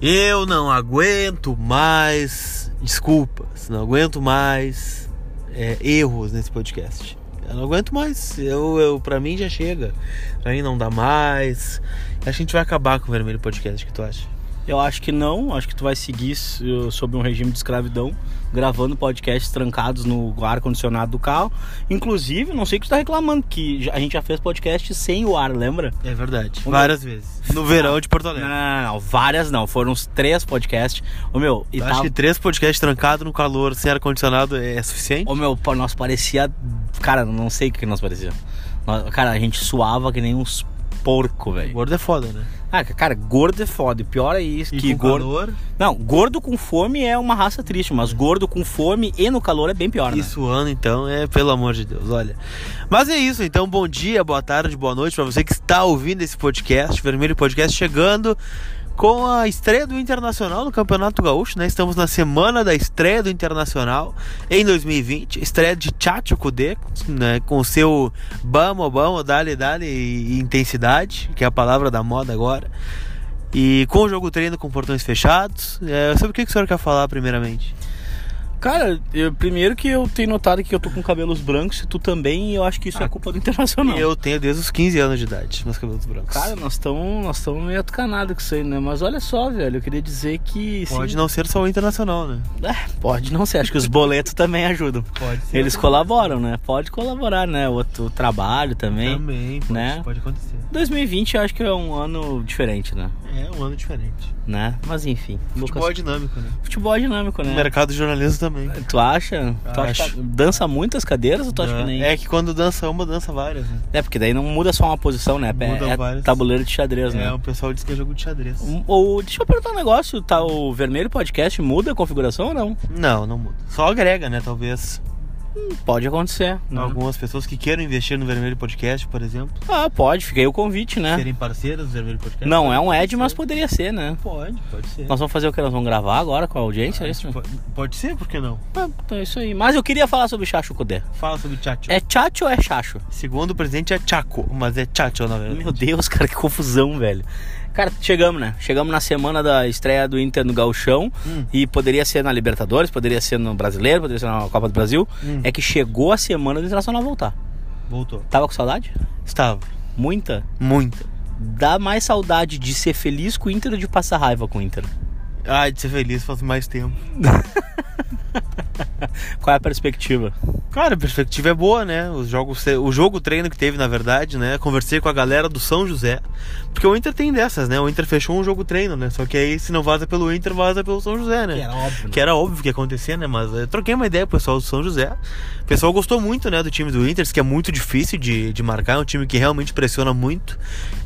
Eu não aguento mais desculpas, não aguento mais é, erros nesse podcast. Eu não aguento mais. Eu, eu para mim já chega. Pra mim não dá mais. A gente vai acabar com o Vermelho Podcast, o que tu acha? Eu acho que não, acho que tu vai seguir s- sob um regime de escravidão, gravando podcasts trancados no ar-condicionado do carro. Inclusive, não sei o que tu tá reclamando, que já- a gente já fez podcast sem o ar, lembra? É verdade. Ô, Várias vezes. No verão de Porto Não, Alegre. não, não, não, várias não, foram uns três podcasts. Ô meu, e Eu Acho tava- que três podcasts trancados no calor, sem ar-condicionado, é suficiente? Ô meu, pô, nós parecia. Cara, não sei o que nós parecia. Nós- Cara, a gente suava que nem uns porco, O velho. gordo é foda, né? Ah, cara, gordo é foda. E pior é isso, E que com gordo. calor, Não, gordo com fome é uma raça triste, mas gordo com fome e no calor é bem pior, né? E suando, então, é pelo amor de Deus, olha. Mas é isso, então, bom dia, boa tarde, boa noite pra você que está ouvindo esse podcast, Vermelho Podcast, chegando com a estreia do Internacional no Campeonato Gaúcho, né? Estamos na semana da estreia do Internacional em 2020, estreia de Tchatcho Kudê, né? com o seu bamo, bamo, dale, dale e intensidade, que é a palavra da moda agora. E com o jogo treino com portões fechados, é, sobre o que que o senhor quer falar primeiramente? Cara, eu- primeiro que eu tenho notado que eu tô com cabelos brancos e tu também, e eu acho que isso Ah, é culpa do Internacional. Eu tenho desde os 15 anos de idade, meus cabelos brancos. Cara, nós estamos nós tamo meio atucanados com isso aí, né? Mas olha só, velho, eu queria dizer que. pode sim- não ser só o internacional, né? É, pode não ser, acho que os boletos também ajudam. Pode ser. Eles colaboram, né? Pode colaborar, né? O, o trabalho também. Também, pode, né? pode acontecer. 2020 eu acho que é um ano diferente, né? É um ano diferente. né? Mas enfim. Futebol é dinâmico, né? É, Lucas- futebol é dinâmico, né? O mercado de jornalismo também. Tu acha? Tu acha que Acho. dança muitas cadeiras ou tu acha que Dan- nem? É que quando dança uma, dança várias. Né? É, porque daí não muda só uma posição, né? Mudam é é várias. tabuleiro de xadrez, É, né? o pessoal diz que é jogo de xadrez. Um- Ou, deixa eu perguntar um negócio, tá, o vermelho podcast muda a configuração ou não? Não, não muda. Só agrega, né? Talvez. Pode acontecer. né? Algumas pessoas que queiram investir no Vermelho Podcast, por exemplo, Ah, pode, fica aí o convite, né? serem parceiras do Vermelho Podcast. Não é um Ed, mas poderia ser, né? Pode, pode ser. Nós vamos fazer o que? Nós vamos gravar agora com a audiência? Ah, é isso? Pode, pode ser, por que não? Ah, então é isso aí. Mas eu queria falar sobre Chacho Cudê. Fala sobre Tchatcho. É Chacho ou é Chacho? Segundo o presidente é Tchaco, mas é Tchatcho, na verdade. Meu Deus, cara, que confusão, velho. Cara, chegamos, né? Chegamos na semana da estreia do Inter no Gauchão. Hum. E poderia ser na Libertadores, poderia ser no Brasileiro, poderia ser na Copa do Brasil. Hum. É que chegou a semana do Internacional voltar. Voltou. Tava com saudade? Estava. Muita? Muito. Dá mais saudade de ser feliz com o Inter ou de passar raiva com o Inter? Ah, de ser feliz faz mais tempo. Qual é a perspectiva? Cara, a perspectiva é boa, né? Os jogos, o jogo treino que teve, na verdade, né? Conversei com a galera do São José. Porque o Inter tem dessas, né? O Inter fechou um jogo treino, né? Só que aí se não vaza pelo Inter, vaza pelo São José, né? óbvio. Que era óbvio que ia acontecer, né? Mas eu troquei uma ideia pro pessoal do São José. O pessoal gostou muito, né, do time do Inter, que é muito difícil de, de marcar, é um time que realmente pressiona muito.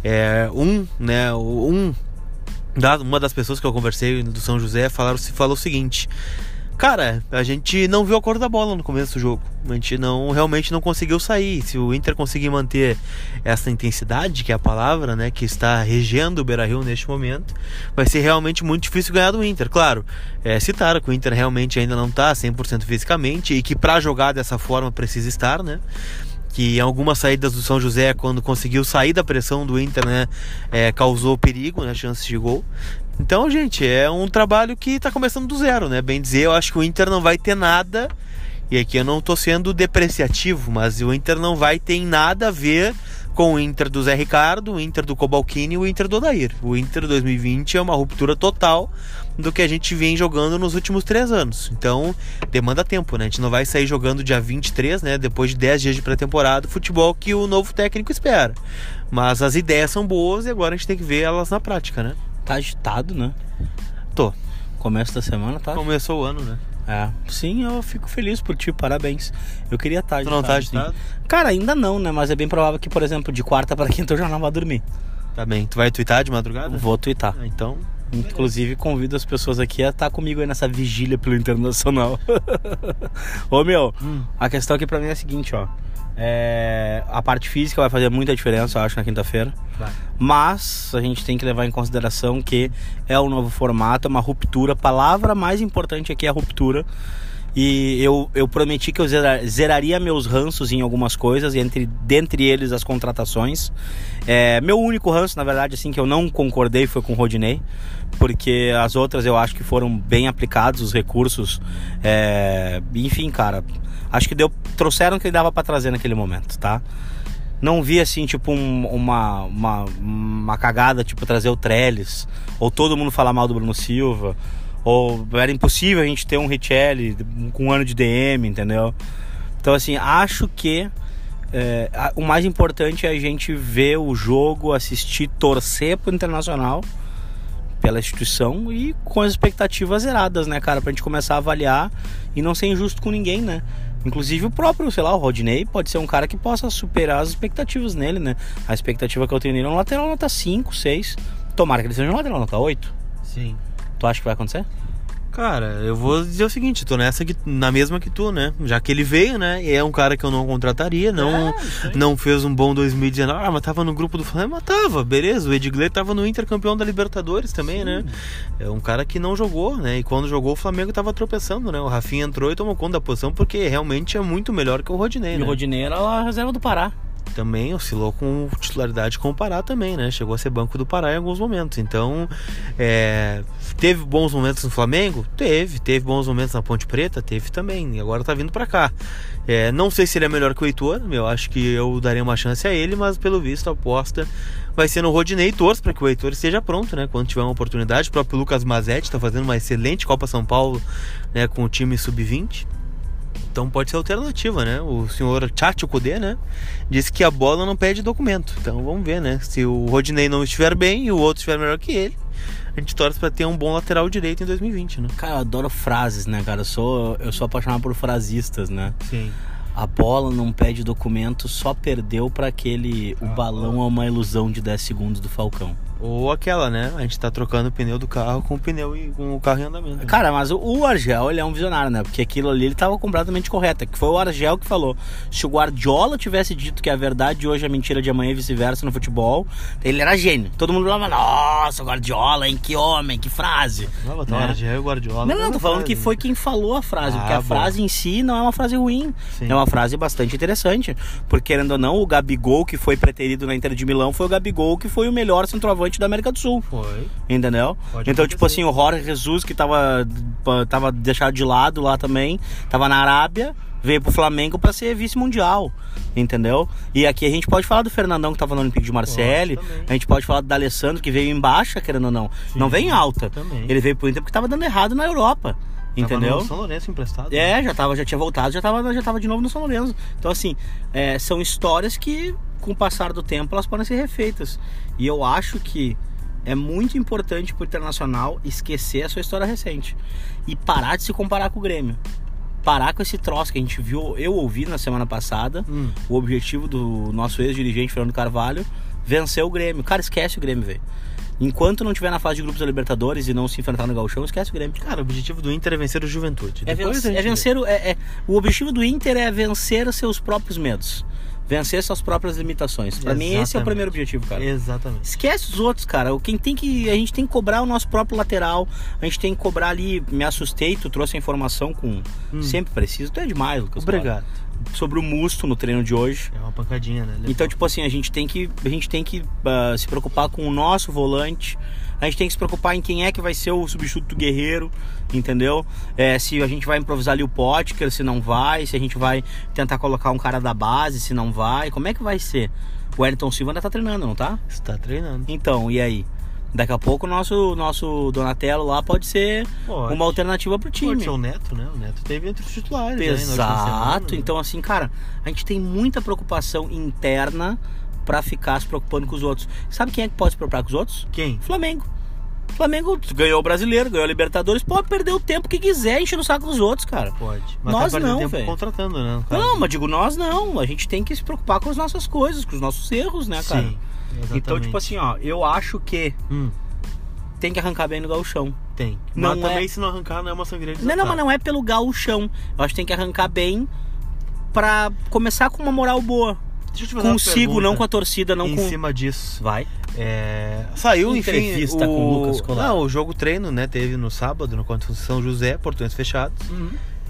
É, um, né, o- um da- uma das pessoas que eu conversei do São José falaram, se falou o seguinte: Cara, a gente não viu a cor da bola no começo do jogo. A gente não realmente não conseguiu sair. Se o Inter conseguir manter essa intensidade, que é a palavra, né, que está regendo o Beira-Rio neste momento, vai ser realmente muito difícil ganhar do Inter. Claro, é, citaram que o Inter realmente ainda não tá 100% fisicamente e que para jogar dessa forma precisa estar, né? que em algumas saídas do São José, quando conseguiu sair da pressão do Inter, né, é, causou perigo, né, chances de gol. Então, gente, é um trabalho que tá começando do zero, né? Bem dizer, eu acho que o Inter não vai ter nada. E aqui eu não tô sendo depreciativo, mas o Inter não vai ter em nada a ver com o Inter do Zé Ricardo, o Inter do Cobalcini e o Inter do Odair. O Inter 2020 é uma ruptura total do que a gente vem jogando nos últimos três anos. Então, demanda tempo, né? A gente não vai sair jogando dia 23, né? Depois de 10 dias de pré-temporada, o futebol que o novo técnico espera. Mas as ideias são boas e agora a gente tem que ver elas na prática, né? Tá agitado, né? Tô. Começo da semana, tá? Começou o ano, né? É. Sim, eu fico feliz por ti, parabéns. Eu queria estar Tu não tá sim. agitado? Cara, ainda não, né? Mas é bem provável que, por exemplo, de quarta pra quinta eu já não vá dormir. Tá bem. Tu vai twittar de madrugada? Vou twittar. Ah, Então, Inclusive, convido as pessoas aqui a estar comigo aí nessa vigília pelo Internacional. Ô, meu, Hum. a questão aqui pra mim é a seguinte, ó. É, a parte física vai fazer muita diferença, eu acho, na quinta-feira. vai. Mas a gente tem que levar em consideração que é um novo formato, é uma ruptura. A palavra mais importante aqui é a ruptura. E eu, eu prometi que eu zera- zeraria meus ranços em algumas coisas, e entre, dentre eles as contratações. É, meu único ranço, na verdade, assim, que eu não concordei foi com o Rodinei, porque as outras eu acho que foram bem aplicados os recursos. É, enfim, cara, acho que deu, trouxeram o que dava pra trazer naquele momento, tá? Não vi assim, tipo, um- uma, uma, uma cagada, tipo, trazer o Trellis, ou todo mundo falar mal do Bruno Silva, ou era impossível a gente ter um Richelli com um ano de DM, entendeu? Então, assim, acho que é, a- o mais importante é a gente ver o jogo, assistir, torcer pro internacional, pela instituição e com as expectativas zeradas, né, cara? Pra gente começar a avaliar e não ser injusto com ninguém, né? Inclusive o próprio, sei lá, o Rodney pode ser um cara que possa superar as expectativas nele, né? A expectativa que eu tenho nele é um lateral nota 5, 6. Tomara que ele seja um lateral nota 8. Sim. Tu acha que vai acontecer? Cara, eu vou dizer o seguinte, tô nessa que, na mesma que tu, né? Já que ele veio, né? E é um cara que eu não contrataria, não, É. não fez um bom 2019. Ah, mas tava no grupo do Flamengo, mas tava, beleza. O Edgley tava no Inter campeão da Libertadores também, né? É um cara que não jogou, né? E quando jogou, o Flamengo tava tropeçando, né? O Rafinha entrou e tomou conta da posição porque realmente é muito melhor que o Rodinei, E né? o Rodinei era a reserva do Pará. também oscilou com titularidade com o Pará também, né? Chegou a ser banco do Pará em alguns momentos. Então, é, teve bons momentos no Flamengo? Teve. Teve bons momentos na Ponte Preta? Teve também. E agora tá vindo pra cá. É, não sei se ele é melhor que o Heitor. Eu acho que eu daria uma chance a ele, mas pelo visto a aposta vai ser no Rodinei e torço para que o Heitor esteja pronto, né? Quando tiver uma oportunidade. O próprio Lucas Mazetti tá fazendo uma excelente Copa São Paulo né, com o time sub-20. Então pode ser alternativa, né? O senhor Tchatcho Kudê, né? Disse que a bola não pede documento. Então vamos ver, né? Se o Rodinei não estiver bem e o outro estiver melhor que ele, a gente torce pra ter um bom lateral direito em 2020, né? Cara, eu adoro frases, né, cara? Eu sou, eu sou apaixonado por frasistas, né? Sim. A bola não pede documento, só perdeu pra aquele. O balão é uma ilusão de 10 segundos do Falcão. Ou aquela, né? A gente tá trocando o pneu do carro com o pneu e com o carro em andamento. Cara, mas o- o Argel, ele é um visionário, né? Porque aquilo ali, ele tava completamente correto. É Que foi o Argel que falou. Se o Guardiola tivesse dito que a verdade de hoje é mentira de amanhã e vice-versa no futebol, ele era gênio. Todo mundo falava, nossa, o Guardiola, hein? Que homem, que frase. Vai botar Né? o Argel e o Guardiola. Não, não, tô Mesma falando frase, que né? foi quem falou a frase, porque Ah, a bom. frase em si não é uma frase ruim. Sim. É uma frase bastante interessante, porque querendo ou não, o Gabigol que foi preterido na Inter de Milão foi o Gabigol que foi o melhor centroavante da América do Sul, Foi. entendeu? Pode então, tipo acontecer. assim, o Jorge Jesus que tava, pa- tava deixado de lado lá também, tava na Arábia, veio pro Flamengo pra ser vice-mundial, entendeu? E aqui a gente pode falar do Fernandão que tava no Olympique de Marseille, Pode também. a gente pode falar do D'Alessandro que veio em baixa, querendo ou não. Sim. não veio em alta. Também. Ele veio pro Inter porque tava dando errado na Europa, entendeu? Tava no São Lourenço emprestado. né? É, já, tava, já tinha voltado, já tava, já tava de novo no São Lourenço. Então, assim, é, são histórias que, com o passar do tempo, elas podem ser refeitas. E eu acho que é muito importante pro Internacional esquecer a sua história recente. E parar de se comparar com o Grêmio. Parar com esse troço que a gente viu, eu ouvi na semana passada, Hum. o objetivo do nosso ex-dirigente Fernando Carvalho, vencer o Grêmio. Cara, esquece o Grêmio, velho. Enquanto não tiver na fase de grupos da Libertadores e não se enfrentar no Gauchão, esquece o Grêmio. Cara, o objetivo do Inter é vencer o Juventude. É Depois vencer, a gente é vencer o, é- é- o objetivo do Inter é vencer seus próprios medos, vencer suas próprias limitações. Pra mim esse é o Exatamente. primeiro objetivo, vê. cara. Exatamente. Esquece os outros, cara. Quem tem que a gente tem que cobrar o nosso próprio lateral. A gente tem que cobrar ali. Me assustei, tu trouxe a informação com Hum. sempre preciso. Tu é demais, Lucas. Obrigado. cara. Sobre o Musto no treino de hoje. É uma pancadinha, né? Então, tipo assim, a gente tem que, a gente tem que ah, se preocupar com o nosso volante. A gente tem que se preocupar em quem é que vai ser o substituto do Guerreiro, entendeu? É, se a gente vai improvisar ali o Potker, se não vai. Se a gente vai tentar colocar um cara da base, se não vai. Como é que vai ser? O Wellington Silva ainda tá treinando, não tá? Você tá treinando. Então, e aí? Daqui a pouco o nosso, nosso Donatello lá pode ser Pode. uma alternativa pro time. Pode ser o Neto, né? O Neto teve entre os titulares. né, na última semana, Exato. né? Então, assim, cara, a gente tem muita preocupação interna pra ficar se preocupando com os outros. Sabe quem é que pode se preocupar com os outros? Quem? Flamengo. Flamengo ganhou o brasileiro, ganhou a Libertadores, pode perder o tempo que quiser, encher no saco dos outros, cara. Pode. Nós perdendo não, tempo velho. contratando, né? no caso. Não, mas digo nós não. A gente tem que se preocupar com as nossas coisas, com os nossos erros, né, cara? Sim. Exatamente. então, tipo assim, ó, eu acho que Hum, tem que arrancar bem no gauchão. tem. Não mas também é- se não arrancar, não é uma sangria Não, não, mas não é pelo gauchão. Eu acho que tem que arrancar bem pra começar com uma moral boa. Deixa eu te fazer uma Consigo, não com pergunta a torcida, não Em com... cima disso. Vai. É, Saiu, Entrevista enfim. com o Lucas Colar. Não, o jogo treino, né? Teve no sábado, no Contra São José, portões fechados.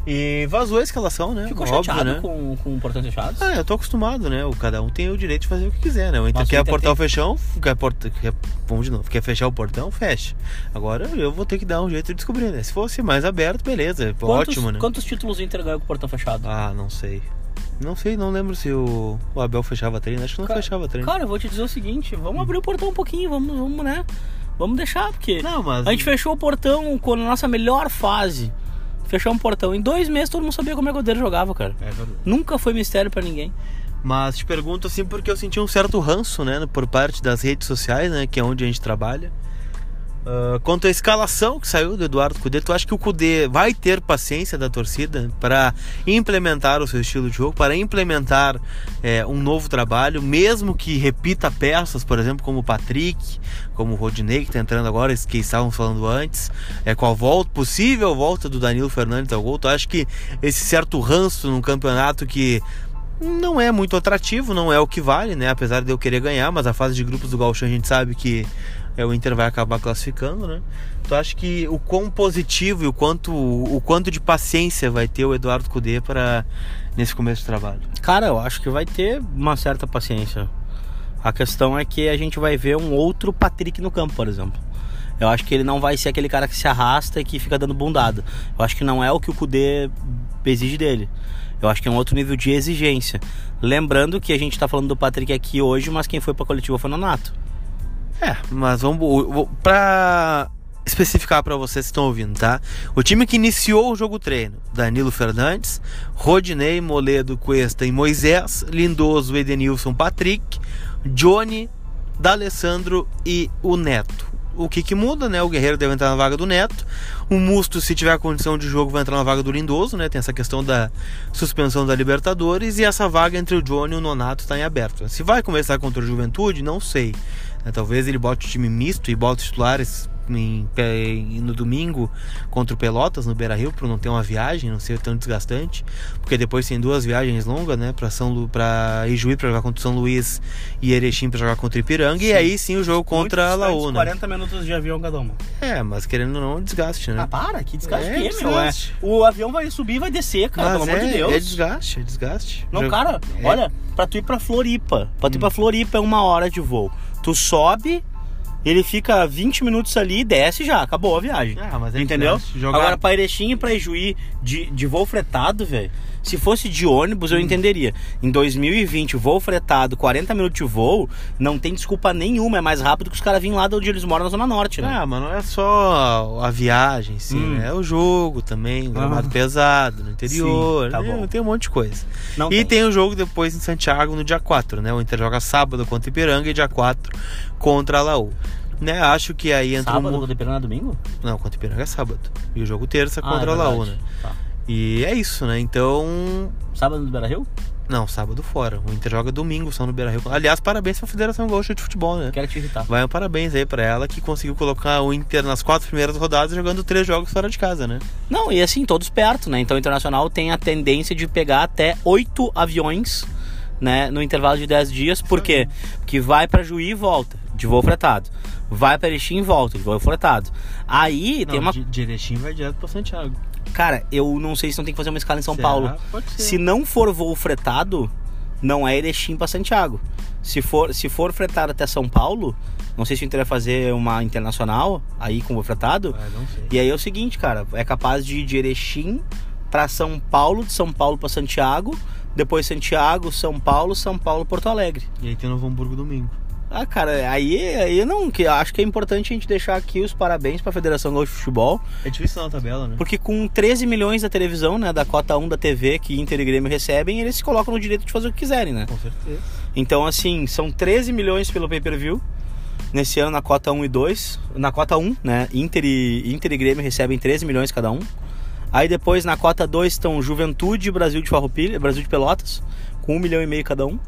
E vazou a escalação, né? Ficou Óbvio, chateado né? com, com o Portões Fechados? Ah, eu tô acostumado, né? O, cada um tem o direito de fazer o que quiser, né? O Inter Nossa, o quer Inter aportar o fechão, quer, porta, quer, vamos de novo, quer fechar o portão, fecha. Agora eu vou ter que dar um jeito de descobrir, né? Se fosse mais aberto, beleza, Quantos- ótimo, né? Quantos títulos o Inter ganhou com o Portão Fechado? Ah, não sei. Não sei, não lembro se o, o Abel fechava treino, acho que não Cara- fechava treino. Cara, eu vou te dizer o seguinte, vamos abrir o portão um pouquinho, vamos, vamos, né? Vamos deixar, porque Não, mas... a gente fechou o portão quando a nossa melhor fase. Fechou um portão. Em dois meses todo mundo sabia como é que o Godeiro jogava, cara. É verdade. Nunca foi mistério pra ninguém. Mas te pergunto assim porque eu senti um certo ranço, né, por parte das redes sociais, né, que é onde a gente trabalha. Ah, quanto à escalação que saiu do Eduardo Cudê, tu acha que o Cudê vai ter paciência da torcida para implementar o seu estilo de jogo, para implementar eh, um novo trabalho, mesmo que repita peças, por exemplo, como o Patrick, como o Rodinei, que tá entrando agora, que estavam falando antes, é, com a volta, possível volta do Danilo Fernandes ao gol, tu acha que esse certo ranço num campeonato que não é muito atrativo, não é o que vale, né? Apesar de eu querer ganhar, mas a fase de grupos do Gauchão a gente sabe que é, o Inter vai acabar classificando, né? Tu acha que o quão positivo e o quanto, o quanto de paciência vai ter o Eduardo Cudê para nesse começo de trabalho? Cara, eu acho que vai ter uma certa paciência. A questão é que a gente vai ver um outro Patrick no campo, por exemplo. Eu acho que ele não vai ser aquele cara que se arrasta e que fica dando bundada. Eu acho que não é o que o Kudê exige dele. Eu acho que é um outro nível de exigência. Lembrando que a gente tá falando do Patrick aqui hoje, mas quem foi pra coletiva foi o Nonato. É, mas vamos o- o- pra especificar pra vocês que estão ouvindo, tá? O time que iniciou o jogo treino: Danilo Fernandes, Rodinei, Moledo, Cuesta e Moisés, Lindoso, Edenilson, Patrick, Johnny, D'Alessandro e o Neto. O que que muda, né? O Guerreiro deve entrar na vaga do Neto. O Musto, se tiver condição de jogo, vai entrar na vaga do Lindoso, né? Tem essa questão da suspensão da Libertadores e essa vaga entre o Johnny e o Nonato está em aberto. Se vai começar contra o Juventude, não sei. né? Talvez ele bote o time misto e bote os titulares em- em- no domingo contra o Pelotas no Beira Rio, para não ter uma viagem, não ser tão desgastante, porque depois tem duas viagens longas, né? Para São Lu, para Ijuí para jogar contra o São Luís e Erechim para jogar contra o Ipiranga e Sim. aí sim o jogo contra a Laú, né? minutos de avião cada uma. É, mas querendo ou não, desgaste, né? Ah, para, que desgaste É, que é, meu. É. desgaste. O avião vai subir e vai descer, Mas cara, pelo amor é, de Deus. é desgaste, é desgaste. Não, Já- cara, É. Hum. olha, pra tu ir pra Floripa. Pra tu ir pra Floripa é uma hora de voo. Tu sobe, ele fica 20 minutos ali e desce já, acabou a viagem. Ah, mas é Entendeu? desgaste. Jogar Agora, pra Erechim e pra Ijuí de, de voo fretado, velho. Se fosse de ônibus, eu Hum. entenderia. Em 2020, voo fretado, 40 minutos de voo, não tem desculpa nenhuma. É mais rápido que os caras virem lá de onde eles moram, na Zona Norte, né? Ah, mas não é só a viagem, sim, Hum. Ah. né? É o jogo também, o gramado pesado no interior, Sim, tá né? bom. tem um monte de coisa. Não e tem o jogo depois em Santiago no dia 4, né? O Inter joga sábado contra Ipiranga e dia 4 contra a Laú. Né? Acho que aí entra Sábado, um... quando Ipiranga é domingo? Não, contra Ipiranga é sábado. E o jogo terça Ah, é contra a Laú, né? verdade. Tá. E é isso, né? Então... Sábado no Beira-Rio? Não, sábado fora. O Inter joga domingo só no Beira-Rio. Aliás, parabéns pra Federação Gaúcha de Futebol, né? Quero te irritar. Vai um parabéns aí pra ela que conseguiu colocar o Inter nas quatro primeiras rodadas jogando três jogos fora de casa, né? Não, e assim, todos perto, né? Então o Internacional tem a tendência de pegar até oito aviões, né? No intervalo de 10 dias. Por quê? Porque vai pra Juí e volta, de voo fretado. Vai pra Erechim e volta, de voo fretado. Aí tem uma... De Erechim vai direto pra Santiago. Cara, eu não sei se não tem que fazer uma escala em São Será? Paulo. Pode ser. Se não for voo fretado, não é Erechim pra Santiago. Se for, se for fretado até São Paulo, não sei se o Inter vai fazer uma internacional aí com voo fretado. Ah, não sei. E aí é o seguinte, cara, é capaz de ir de Erechim pra São Paulo, de São Paulo pra Santiago, depois Santiago, São Paulo, São Paulo, Porto Alegre. E aí tem Novo Hamburgo domingo. Ah, cara, aí, aí eu não, que eu acho que é importante a gente deixar aqui os parabéns pra Federação Gaúcha de Futebol, É difícil na tabela, né? porque com 13 milhões da televisão, né, da cota 1 da TV que Inter e Grêmio recebem, eles se colocam no direito de fazer o que quiserem, né? Com certeza. Então, assim, são 13 milhões pelo pay-per-view. Nesse ano, na cota 1 e 2. Na cota 1, né? Inter e, Inter e Grêmio recebem 13 milhões cada um. Aí depois, na cota 2, estão Juventude e Brasil de Farroupilha, Brasil de Pelotas, com 1 milhão e meio cada um.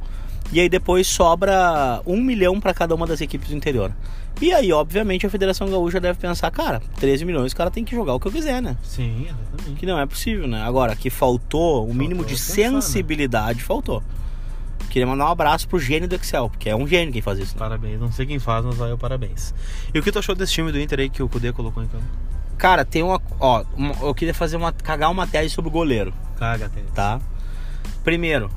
E aí depois sobra 1 milhão para cada uma das equipes do interior. E aí, obviamente, a Federação Gaúcha deve pensar, cara, 13 milhões, o cara tem que jogar o que eu quiser, né? Sim, exatamente. Que não é possível, né? Agora, que faltou o mínimo de pensar, né? sensibilidade, faltou. Queria mandar um abraço pro gênio do Excel, porque é um gênio quem faz isso. né? Parabéns, não sei quem faz, mas valeu, parabéns. E o que tu achou desse time do Inter aí que o Kudê colocou em campo? Cara, tem uma. Ó, uma- eu queria fazer uma. cagar uma tese sobre o goleiro, Caga, até. tá? Primeiro,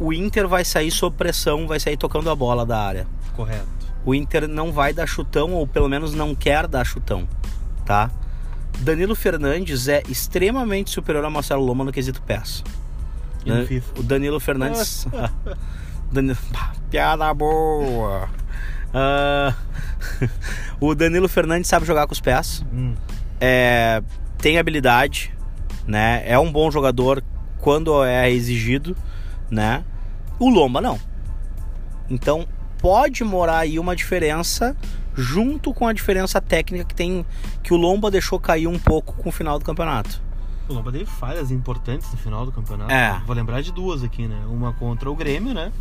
o Inter vai sair sob pressão, vai sair tocando a bola da área. Correto. O Inter não vai dar chutão, ou pelo menos não quer dar chutão, tá? Danilo Fernandes é extremamente superior a Marcelo Loma no quesito peça. E no Né? FIFA. O Danilo Fernandes. Danilo... Pá, Piada boa! Ah, o Danilo Fernandes sabe jogar com os pés, Hum. é, tem habilidade, né? É um bom jogador quando é exigido, né? O Lomba não. Então pode morar aí uma diferença junto com a diferença técnica que tem que o Lomba deixou cair um pouco com o final do campeonato. O Lomba teve falhas importantes no final do campeonato. É. Vou lembrar de duas aqui, né? Uma contra o Grêmio, né?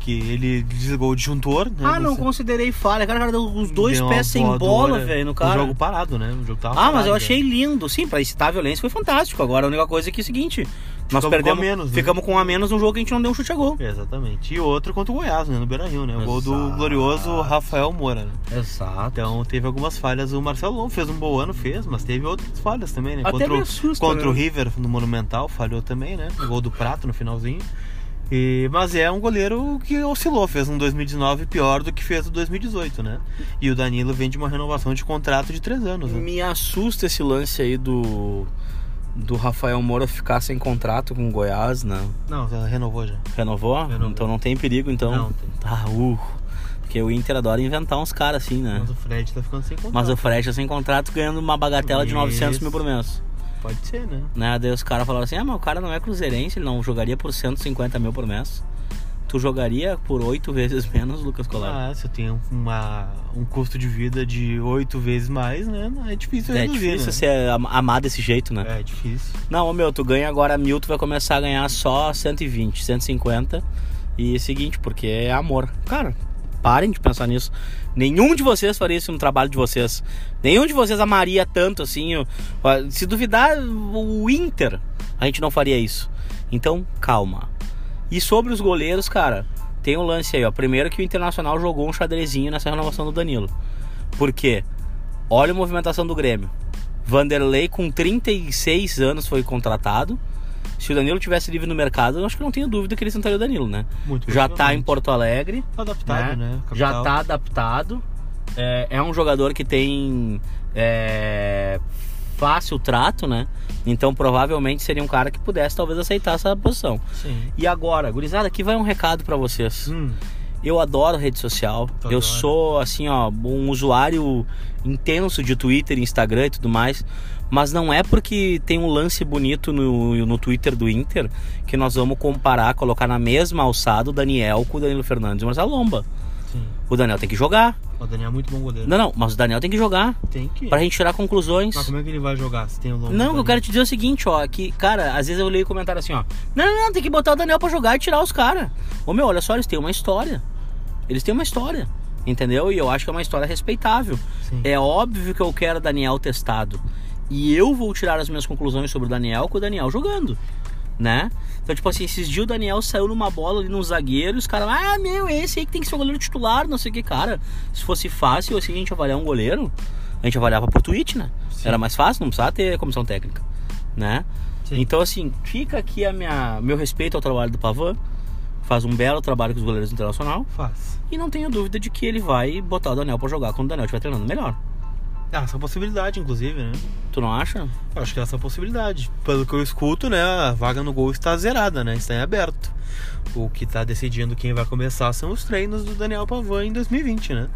Que ele desligou o disjuntor, né? Ah, não Você- considerei falha. Cara, cara deu os dois deu uma pés sem voadora. bola, velho, no cara. O jogo parado, né? O jogo tava Ah, mas parado, eu né? achei lindo. Sim, pra incitar a violência foi fantástico. Agora a única coisa é que é o seguinte, Ficamos nós com perdemos, a menos, né? ficamos com um a menos num jogo que a gente não deu um chute a gol. Exatamente. E outro contra o Goiás, né? No Beira Rio, né? O gol do Exato. glorioso Rafael Moura, né? Exato. Então teve algumas falhas. O Marcelo Lomba fez um bom ano, fez, mas teve outras falhas também, né? Até contra me o, assusta, contra né? o River no Monumental, falhou também, né? O gol do Prato no finalzinho. E, mas é um goleiro que oscilou, fez um 2019 pior do que fez o 2018, né? E o Danilo vem de uma renovação de contrato de três anos. Né? Me assusta esse lance aí do do Rafael Moura ficar sem contrato com o Goiás, né? Não, já renovou já. Renovou? Renovou. Então não tem perigo, então. Não, tem. Tá, uh. Porque o Inter adora inventar uns caras assim, né? Mas o Fred tá ficando sem contrato. Mas o Fred é sem contrato ganhando uma bagatela de 900 mil por mês. Pode ser, né? Né? Daí os caras falaram assim: ah, mas o cara não é cruzeirense, ele não jogaria por 150 mil por mês. Tu jogaria por oito vezes menos, Lucas Colar. Ah, se eu tenho uma, um custo de vida de oito vezes mais, né? É difícil é reduzir, difícil né? ser am- amar desse jeito, né? É é difícil. Não, ô, meu, tu ganha agora mil, tu vai começar a ganhar só 120, 150. E é o seguinte, porque é amor. Cara, parem de pensar nisso. Nenhum de vocês faria isso no trabalho de vocês. Nenhum de vocês amaria tanto assim. o- o- Se duvidar, o Inter, a gente não faria isso. Então, calma. E sobre os goleiros, cara, tem um lance aí, ó. Primeiro que o Internacional jogou um xadrezinho nessa renovação do Danilo. Por quê? Olha a movimentação do Grêmio. Vanderlei, com 36 anos, foi contratado. Se o Danilo tivesse livre no mercado, eu acho que não tenho dúvida que ele sentaria o Danilo, né? Muito Já tá em provavelmente. Porto Alegre, Tá adaptado, né? né? Capital. já tá adaptado. É, é um jogador que tem é, fácil trato, né? Então provavelmente seria um cara que pudesse talvez aceitar essa posição. Sim. E agora, gurizada, aqui vai um recado pra vocês. Hum, Eu adoro rede social. Tu eu adora. sou, assim, ó, um usuário intenso de Twitter, Instagram e tudo mais. Mas não é porque tem um lance bonito no, no Twitter do Inter que nós vamos comparar, colocar na mesma alçada o Daniel com o Danilo Fernandes e o Marcelo Lomba. sim. O Daniel tem que jogar. O Daniel é muito bom goleiro. Não, não, mas o Daniel tem que jogar Tem que. pra gente tirar conclusões. Mas como é que ele vai jogar se tem o Lomba? Não, eu também? quero te dizer é o seguinte, ó, que, cara, às vezes eu leio comentário assim, ó. Não, não, não, tem que botar o Daniel pra jogar e tirar os caras. Ô meu, olha só, eles têm uma história. Eles têm uma história. Entendeu? E eu acho que é uma história respeitável. Sim. É óbvio que eu quero Daniel testado. E eu vou tirar as minhas conclusões sobre o Daniel com o Daniel jogando. Né? Então, tipo assim, esses dias o Daniel saiu numa bola ali num zagueiro, e os caras, ah, meu, esse aí que tem que ser o goleiro titular, não sei o que, cara. Se fosse fácil assim a gente avaliar um goleiro, a gente avaliava por tweet, né? Sim. Era mais fácil, não precisava ter comissão técnica. Né? Sim. Então, assim, fica aqui a minha, meu respeito ao trabalho do Pavan. Faz um belo trabalho com os goleiros do internacional. Faz. E não tenho dúvida de que ele vai botar o Daniel pra jogar quando o Daniel estiver treinando melhor. Ah, essa possibilidade, inclusive, né? Tu não acha? Eu Acho que essa é a possibilidade. Pelo que eu escuto, né? A vaga no gol está zerada, né? Está em aberto. O que tá decidindo quem vai começar são os treinos do Daniel Pavan em 2020, né?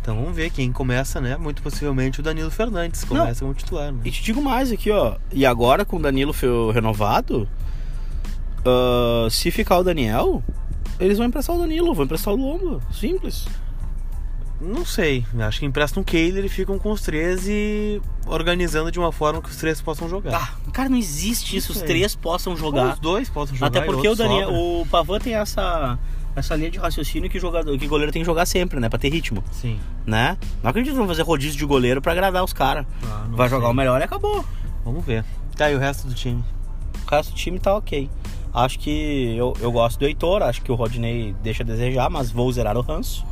Então vamos ver quem começa, né? Muito possivelmente o Danilo Fernandes começa como titular, né? E te digo mais aqui, ó. E agora com o Danilo fe- renovado, ah, se ficar o Daniel, eles vão emprestar o Danilo, vão emprestar o Lomba. Simples. Não sei. Acho que empresta um Kehler e ficam com os três e organizando de uma forma que os três possam jogar. Ah, Cara, não existe Isso isso, os aí. três possam Ou jogar. Ah, os dois possam jogar. Até e porque o outro Daniel, sobra. o Pavan tem essa essa linha de raciocínio que jogador, que goleiro tem que jogar sempre, né, Pra ter ritmo, Sim. né? Não acredito que vão fazer rodízio de goleiro pra agradar os caras. Ah, não Vai sei. jogar o melhor e acabou. Vamos ver. Tá, e o resto do time? O resto do time tá ok. Acho que eu, eu gosto do Heitor, acho que o Rodney deixa a desejar, mas vou zerar o ranço,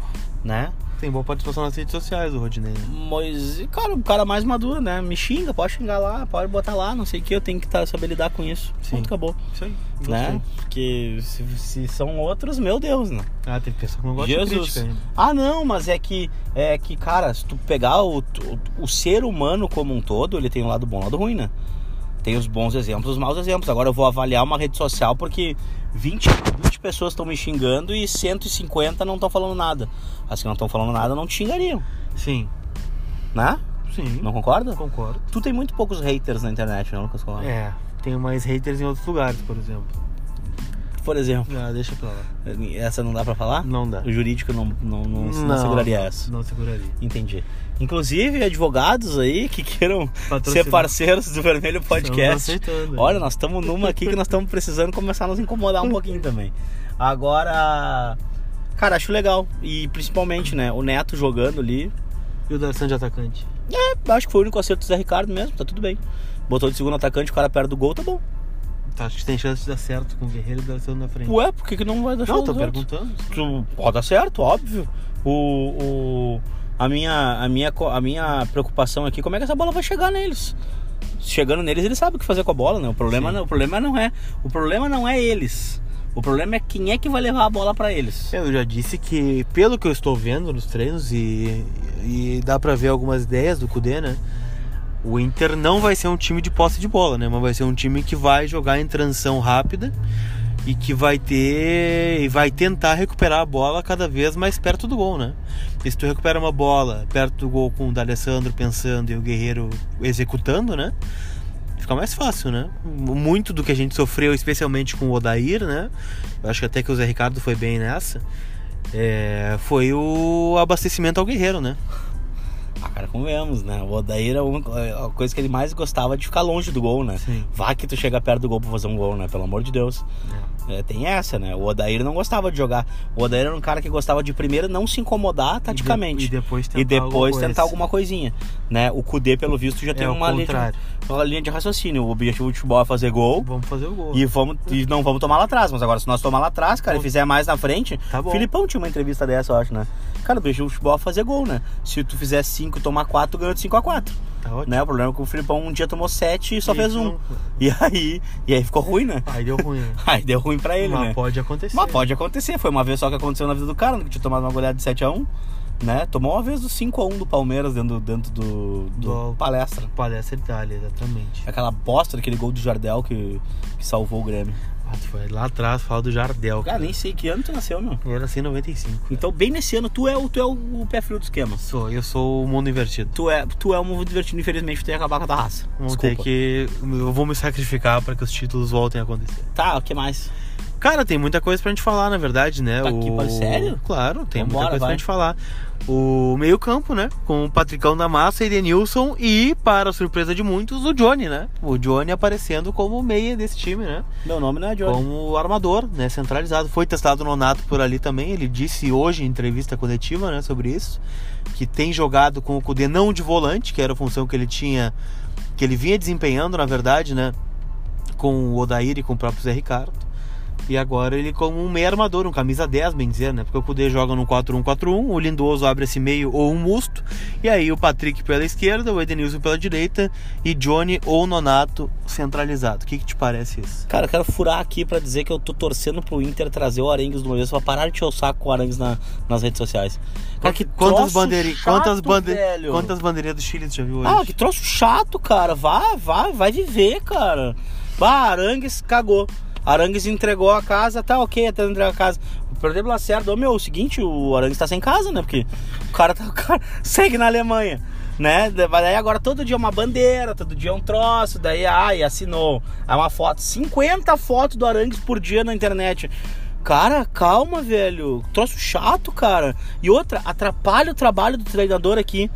né? tem boa participação nas redes sociais, o Rodinei. Mas, cara, o cara mais maduro, né? Me xinga, pode xingar lá, pode botar lá, não sei o que, eu tenho que tá, saber lidar com isso. Sim. Pronto, acabou. Isso aí. Né? Porque se, se são outros, meu Deus, né? Ah, tem pessoa que não gosta de Jesus. crítica ainda. Ah, não, mas é que é que, cara, se tu pegar o, o, o ser humano como um todo, ele tem um lado bom e um lado ruim, né? Tem os bons exemplos, os maus exemplos. Agora eu vou avaliar uma rede social porque 20, 20 pessoas estão me xingando e 150 não estão falando nada. As que não estão falando nada não te xingariam, Sim, né? sim. Não concorda? Concordo. Tu tem muito poucos haters na internet, né, Lucas Colar? É, tem mais haters em outros lugares, por exemplo. Por exemplo, Ah, deixa pra lá. essa não dá pra falar? Não dá. O jurídico não, não, não, não, seguraria essa. Não seguraria. Entendi. Inclusive, advogados aí que queiram ser Patrocinar. parceiros do Vermelho Podcast. Estamos aceitando. Olha, nós estamos numa aqui que nós estamos precisando começar a nos incomodar um pouquinho também. Agora, cara, acho legal. E principalmente, né, o Neto jogando ali. E o Darsan de atacante? É, acho que foi o único acerto do Zé Ricardo mesmo, tá tudo bem. Botou de segundo atacante, o cara perto do gol, tá bom. Tá, acho que tem chance de dar certo com o Guerreiro e o Darsan na frente. Ué, por que, que não vai não, dar chance tô aos outros? perguntando. Tu- Pode dar certo, óbvio. O, o- a, minha, a, minha, co- a minha preocupação aqui é como é que essa bola vai chegar neles. Chegando neles, eles sabem o que fazer com a bola, né? O problema, Sim. não, o problema não é. O problema não é eles. O problema é quem é que vai levar a bola pra eles. Eu já disse que, pelo que eu estou vendo nos treinos, e, e dá pra ver algumas ideias do Kudê, né? O Inter não vai ser um time de posse de bola, né? Mas vai ser um time que vai jogar em transição rápida e que vai ter. e vai tentar recuperar a bola cada vez mais perto do gol, né? Porque se tu recupera uma bola perto do gol com o D'Alessandro pensando e o Guerreiro executando, né? Fica mais fácil, né? Muito do que a gente sofreu, especialmente com o Odair, né? Eu acho que até que o Zé Ricardo foi bem nessa. É, foi o abastecimento ao guerreiro, né? Ah, cara, convenhamos, né? O Odair era uma, é a coisa que ele mais gostava de ficar longe do gol, né? Sim. Vá que tu chega perto do gol pra fazer um gol, né? Pelo amor de Deus. É, tem essa, né? O Odair não gostava de jogar. O Odair era um cara que gostava de primeiro não se incomodar taticamente. E, de- e depois tentar, e depois alguma tentar coisa. alguma coisinha, né? O Kudê, pelo visto, já tem É o uma linha, de, contrário. uma linha de raciocínio. O objetivo do futebol é fazer gol Vamos fazer o gol. e, vamos, e não vamos tomar lá atrás. Mas agora, se nós tomar lá atrás, cara, e fizer mais na frente... Tá bom. Filipão tinha uma entrevista dessa, eu acho, né? Cara, o objetivo do futebol é fazer gol, né? Se tu fizer 5 e tomar 4, ganhou de 5 a 4 Tá ótimo. né? O problema é que o Filipão um dia tomou 7 e só E fez não- um. E aí, e aí ficou ruim, né? Aí deu ruim, né? Aí deu ruim pra ele, Mas né? pode acontecer. Mas pode acontecer, foi uma vez só que aconteceu na vida do cara, que tinha tomado uma goleada de 7x1, né? Tomou uma vez do 5x1 do Palmeiras dentro, dentro do, do Do- palestra. Palestra Itália, exatamente. Aquela bosta daquele gol do Jardel que, que salvou o Grêmio. Ah, tu foi lá atrás, fala do Jardel. Cara, nem sei que ano tu nasceu, meu. Eu nasci em 95. Então, bem nesse ano, tu é o, tu é o pé frio do esquema. Sou, eu sou o mundo invertido. Tu é, tu é um mundo divertido, infelizmente, tu tem que acabar com a tua raça. Vou ter Desculpa. que. Eu vou me sacrificar para que os títulos voltem a acontecer. Tá, o que mais? Cara, tem muita coisa pra gente falar, na verdade, né? Tá aqui, pode- sério? Claro, tem muita Vambora, coisa vai. pra gente falar. O meio-campo, né? Com o Patricão da Massa, Edenilson e, para a surpresa de muitos, o Johnny, né? O Johnny aparecendo como meia desse time, né? Meu nome não é Johnny. Como armador, né? Centralizado. Foi testado no Nonato por ali também. Ele disse hoje em entrevista coletiva, né? Sobre isso. Que tem jogado com o Kudê não de volante, que era a função que ele tinha. Que ele vinha desempenhando, na verdade, né? Com o Odair e com o próprio Zé Ricardo. E agora ele como um meio armador, um camisa 10, bem dizer, né? Porque o Kudê joga no 4-1-4-1, o Lindoso abre esse meio ou um musto, e aí o Patrick pela esquerda, o Edenilson pela direita e Johnny ou Nonato centralizado. O que, que te parece isso? Cara, eu quero furar aqui pra dizer que eu tô torcendo pro Inter trazer o Arangues do Moisés pra parar de tirar o saco com o Arangues na- nas redes sociais. Cara, É que quantas troço bandeirinhas, chato, quantas bande... velho. quantas bandeirinhas do Chile tu já viu hoje? Ah, que troço chato, cara. Vá, vá, vai viver, cara. Bah, Arangues cagou. Arangues entregou a casa, tá ok, até entregar a casa. O problema do Lacerda, ô meu, é o seguinte, o Arangues tá sem casa, né? Porque o cara, tá, o cara segue na Alemanha, né? Daí agora todo dia é uma bandeira, todo dia é um troço, daí, ai, assinou. Aí uma foto, 50 fotos do Arangues por dia na internet. Cara, calma, velho. Troço chato, cara. E outra, atrapalha o trabalho do treinador aqui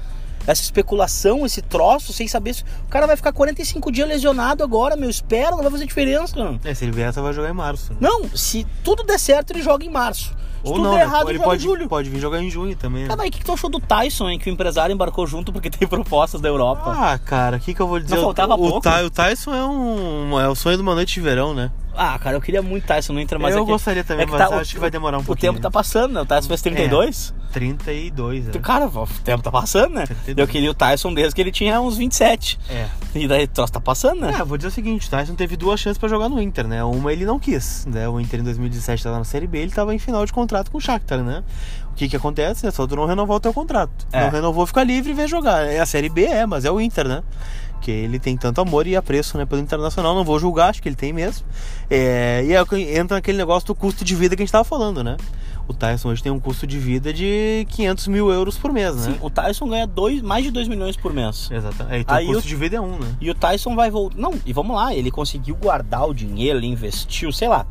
essa especulação, esse troço, sem saber se. O cara vai ficar 45 dias lesionado agora, meu. Espera, não vai fazer diferença. É, se ele vier, só vai jogar em março. né? Não, se tudo der certo, ele joga em março. Se Ou tudo não, der né? errado, ele ele joga pode, em julho. pode vir jogar em junho também. né? Cara, aí, o que, que tu achou do Tyson, hein? Que o empresário embarcou junto porque tem propostas da Europa. Ah, cara, o que, que eu vou dizer? O- faltava o, pouco? Ty- o Tyson é um. É o sonho de uma noite de verão, né? Ah, cara, eu queria muito Tyson no Inter, mas eu é que- gostaria também, é que mas tá- eu o- acho que vai demorar um o pouquinho. tempo tá passando, né? O Tyson fez 32. 32, né? Cara, o tempo tá passando, né? Eu queria o Tyson desde que ele tinha uns 27. É. E daí o troço tá passando, né? É, vou dizer o seguinte, o Tyson teve duas chances pra jogar no Inter, né? Uma ele não quis, né? O Inter em 2017 tava na Série B, ele tava em final de contrato com o Shakhtar, né? O que que acontece, né? Só tu não renovar o teu contrato. É. Não renovou, fica livre e vem jogar. É a Série B, é, mas é o Inter, né? Que ele tem tanto amor e apreço, né, pelo Internacional, não vou julgar, acho que ele tem mesmo. É, e aí que entra naquele negócio do custo de vida que a gente tava falando, né? O Tyson hoje tem um custo de vida de 500 mil euros por mês, né? Sim, o Tyson ganha dois, mais de 2 milhões por mês. Exatamente. Aí, teu Aí custo o- de vida é um, né? E o Tyson vai voltar. Não, e vamos lá, ele conseguiu guardar o dinheiro, ele investiu, sei lá.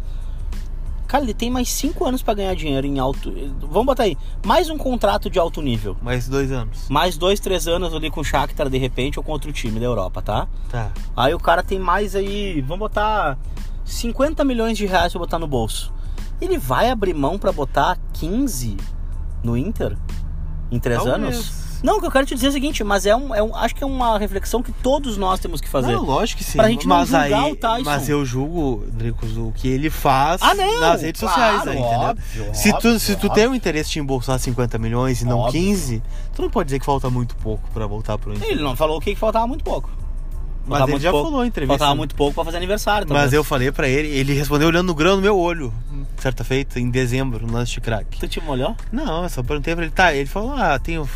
Cara, ele tem mais 5 anos pra ganhar dinheiro em alto. Vamos botar aí, mais um contrato de alto nível. Mais dois anos. Mais dois, três anos ali com o Shakhtar de repente ou com outro time da Europa, tá? Tá. Aí o cara tem mais aí, vamos botar 50 milhões de reais pra botar no bolso. Ele vai abrir mão pra botar 15 no Inter em três anos? Talvez. Não, o que eu quero te dizer é o seguinte, mas é um, é um- acho que é uma reflexão que todos nós temos que fazer. Não, lógico que sim. Pra gente não mas julgar aí, o Tyson. Mas eu julgo, Dricos, o que ele faz Ah, não, nas redes claro, sociais aí, entendeu? óbvio, se tu, óbvio, se tu óbvio. tem o interesse de embolsar 50 milhões e não Óbvio. 15, tu não pode dizer que falta muito pouco pra voltar pro Inter. Ele não falou o que que faltava muito pouco. Mas Faltava ele muito já pouco. falou em entrevista. Faltava né? muito pouco pra fazer aniversário. Mas talvez. eu falei pra ele, ele respondeu olhando no grão no meu olho, certa feita, em dezembro, no lance de crack. Tu te molhou? Não, eu só perguntei pra ele, tá, ele falou, ah, tenho,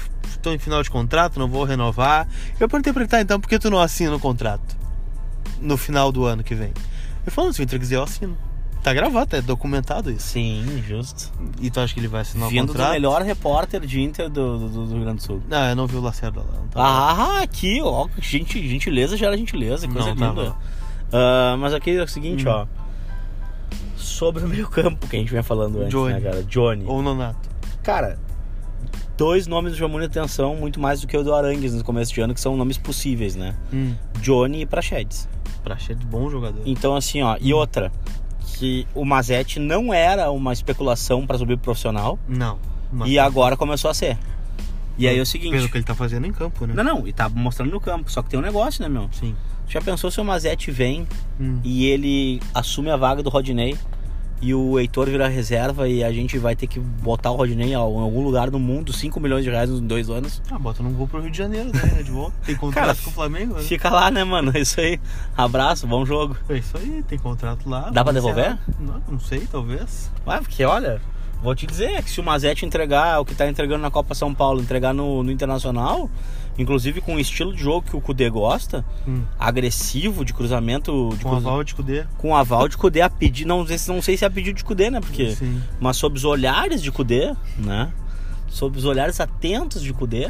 tô em final de contrato, não vou renovar. Eu perguntei pra ele, tá, então por que tu não assina o contrato? No final do ano que vem. Ele falou, se o Inter quiser, eu assino. Tá gravado, é documentado isso. Sim, justo. E tu acha que ele vai assinar o Vindo do contrato? melhor repórter de Inter do, do- do Rio Grande do Sul. Não, eu não vi o Lacerda lá. então. Não tava. Ah, aqui, ó. Gente, gentileza gera gentileza, Não, coisa linda. tá bom. Ah, mas aqui é o seguinte, Hum. ó. Sobre o meio campo que a gente vinha falando antes, Johnny. né, cara? Johnny. Ou o Nonato. Cara, dois nomes chamam muita atenção, muito mais do que o do Arangues no começo de ano, que são nomes possíveis, né? Hum. Johnny e Praxedes. Praxedes, bom jogador. Então, assim, ó, e outra, que o Mazete não era uma especulação pra subir pro profissional Não. mas- e agora começou a ser. E aí é o Pelo que seguinte. ele tá fazendo em campo, né? Não, não, e tá mostrando no campo, só que tem um negócio, né, meu? Sim. Já pensou se o Mazete vem Hum. e ele assume a vaga do Rodinei e o Heitor vira reserva e a gente vai ter que botar o Rodinei em algum lugar no mundo, 5 milhões de reais nos dois anos? Ah, bota num gol pro Rio de Janeiro, né? De volta. Tem contrato Cara, com o Flamengo, né? Fica lá, né, mano? É isso aí. Abraço, bom jogo. É isso aí, tem contrato lá. Dá pra vamos devolver? encerrar. Não, não sei, talvez. Ué, porque olha, vou te dizer que se o Mazete entregar o que tá entregando na Copa São Paulo, entregar no, no Internacional, inclusive com o estilo de jogo que o Kudê gosta, Hum. agressivo, de cruzamento, de Com cruza- a Valdico D. com aval de Kudê a pedir, não sei, se- não sei se é a pedido de Kudê, né? Porque, Sim. mas sob os olhares de Kudê, né? Sob os olhares atentos de Kudê.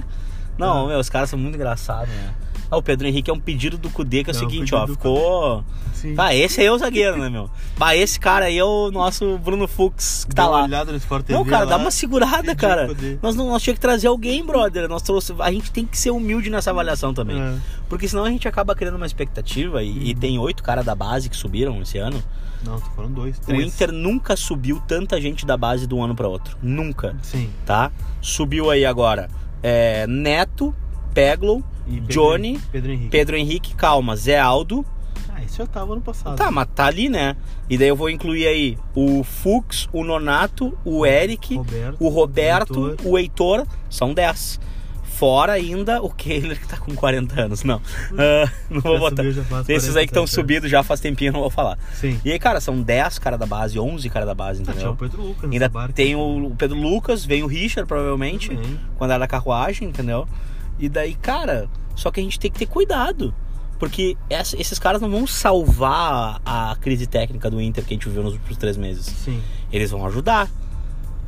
Não, Ah. meu, os caras são muito engraçados, né? Ah, o Pedro Henrique é um pedido do Kudê que é o É um seguinte, pedido ó, do ficou. Sim. Bah, esse aí é o zagueiro, né, meu? Bah, esse cara aí é o nosso Bruno Fux que tá Dá uma lá. olhada no Sport TV Não, cara, lá. dá uma segurada, Pediu cara. pro D. Nós, não, nós tinha que trazer alguém, brother. Nós trouxe, a gente tem que ser humilde nessa avaliação também. É. Uhum. Porque senão a gente acaba criando uma expectativa e, e tem oito caras da base que subiram esse ano. Não, tô falando dois, O três. Inter nunca subiu tanta gente da base de um ano pra outro. Nunca, Sim. tá? Subiu aí agora é, Neto, Peglo, E Pedro- Johnny, Pedro Henrique. Pedro Henrique, Calma, Zé Aldo, Ah, esse já tava ano passado. Tá, mas tá ali, né? E daí eu vou incluir aí o Fux, o Nonato, o Eric, Roberto. o Roberto, Heitor. o Heitor, são 10. Fora ainda o Kehler, que tá com 40 anos. Não, Hum. Ah, não vou já botar. subiu, já faz Esses aí que estão 47 subidos já faz tempinho, eu não vou falar. anos. né? Sim. E aí, cara, são 10 cara da base, 11 cara da base, Ah, tinha o entendeu? Pedro Lucas nessa Ainda barca. tem o Pedro Lucas, vem o Richard, provavelmente Também. quando era da carruagem, entendeu? E daí, cara, só que a gente tem que ter cuidado. Porque essa- esses caras não vão salvar a crise técnica do Inter que a gente viu nos últimos três meses. Sim. Eles vão ajudar.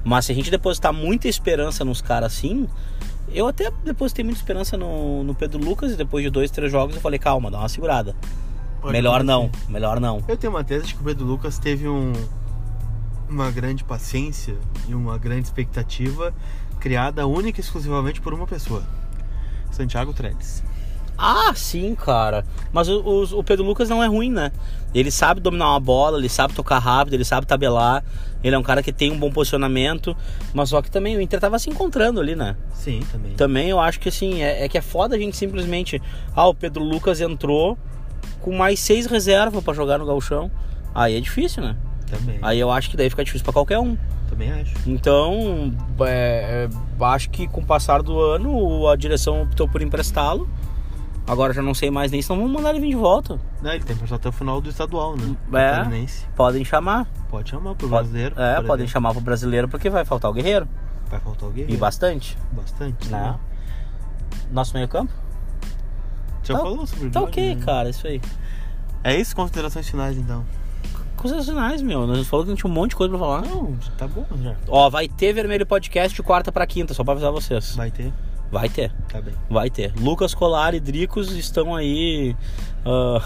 Mas se a gente depositar muita esperança nos caras assim, eu até depositei muita esperança no, no Pedro Lucas e depois de dois, três jogos eu falei, calma, dá uma segurada. Pode melhor acontecer. não, melhor não. Eu tenho uma tese de é que o Pedro Lucas teve um, uma grande paciência e uma grande expectativa criada única e exclusivamente por uma pessoa. Santiago Trellis. Ah, sim, cara. Mas o, o- o Pedro Lucas não é ruim, né? Ele sabe dominar uma bola, ele sabe tocar rápido, ele sabe tabelar. Ele é um cara que tem um bom posicionamento. Mas só que também o Inter tava se encontrando ali, né? Sim, também. Também eu acho que assim, é, é que é foda a gente simplesmente. Ah, o Pedro Lucas entrou com mais seis reservas pra jogar no Galchão. Aí é difícil, né? Também. Aí eu acho que daí fica difícil pra qualquer um. Também acho. Então, é, é, acho que com o passar do ano a direção optou por emprestá-lo. Agora já não sei mais nem se não vão mandar ele vir de volta. Não, ele tem prestado até o final do estadual, né? Do É. Catarinense. Podem chamar. Pode chamar pro Pode- brasileiro. por é, podem exemplo. chamar pro brasileiro porque vai faltar o guerreiro. Vai faltar alguém? E bastante. Bastante. Né? Né? Uhum. Nosso meio campo? Já Tá- falou sobre o Tá Jordan, ok, né? cara, isso aí. É isso, considerações finais então. Coisas sinais, meu. Nós falou que a gente tinha um monte de coisa pra falar. Não, tá bom já. Ó, vai ter Vermelho Podcast de quarta pra quinta, só pra avisar vocês. Vai ter? Vai ter, Tá bem. vai ter. Lucas Colar e Dricos estão aí. ah,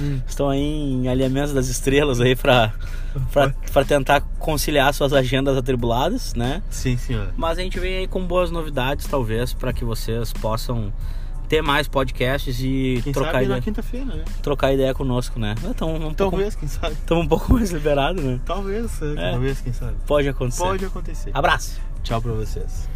Hum. Estão aí em alinhamento das estrelas aí pra, pra, pra tentar conciliar suas agendas atribuladas, né? Sim, senhor. Mas a gente vem aí com boas novidades, talvez, pra que vocês possam ter mais podcasts e Quem trocar sabe ideia, na quinta-feira, né? trocar ideia conosco, né? Então, um pouco, Talvez, quem sabe. tamo um pouco mais liberado, né? Talvez, É. talvez, quem sabe. Pode acontecer. Pode acontecer. Abraço! Tchau pra vocês.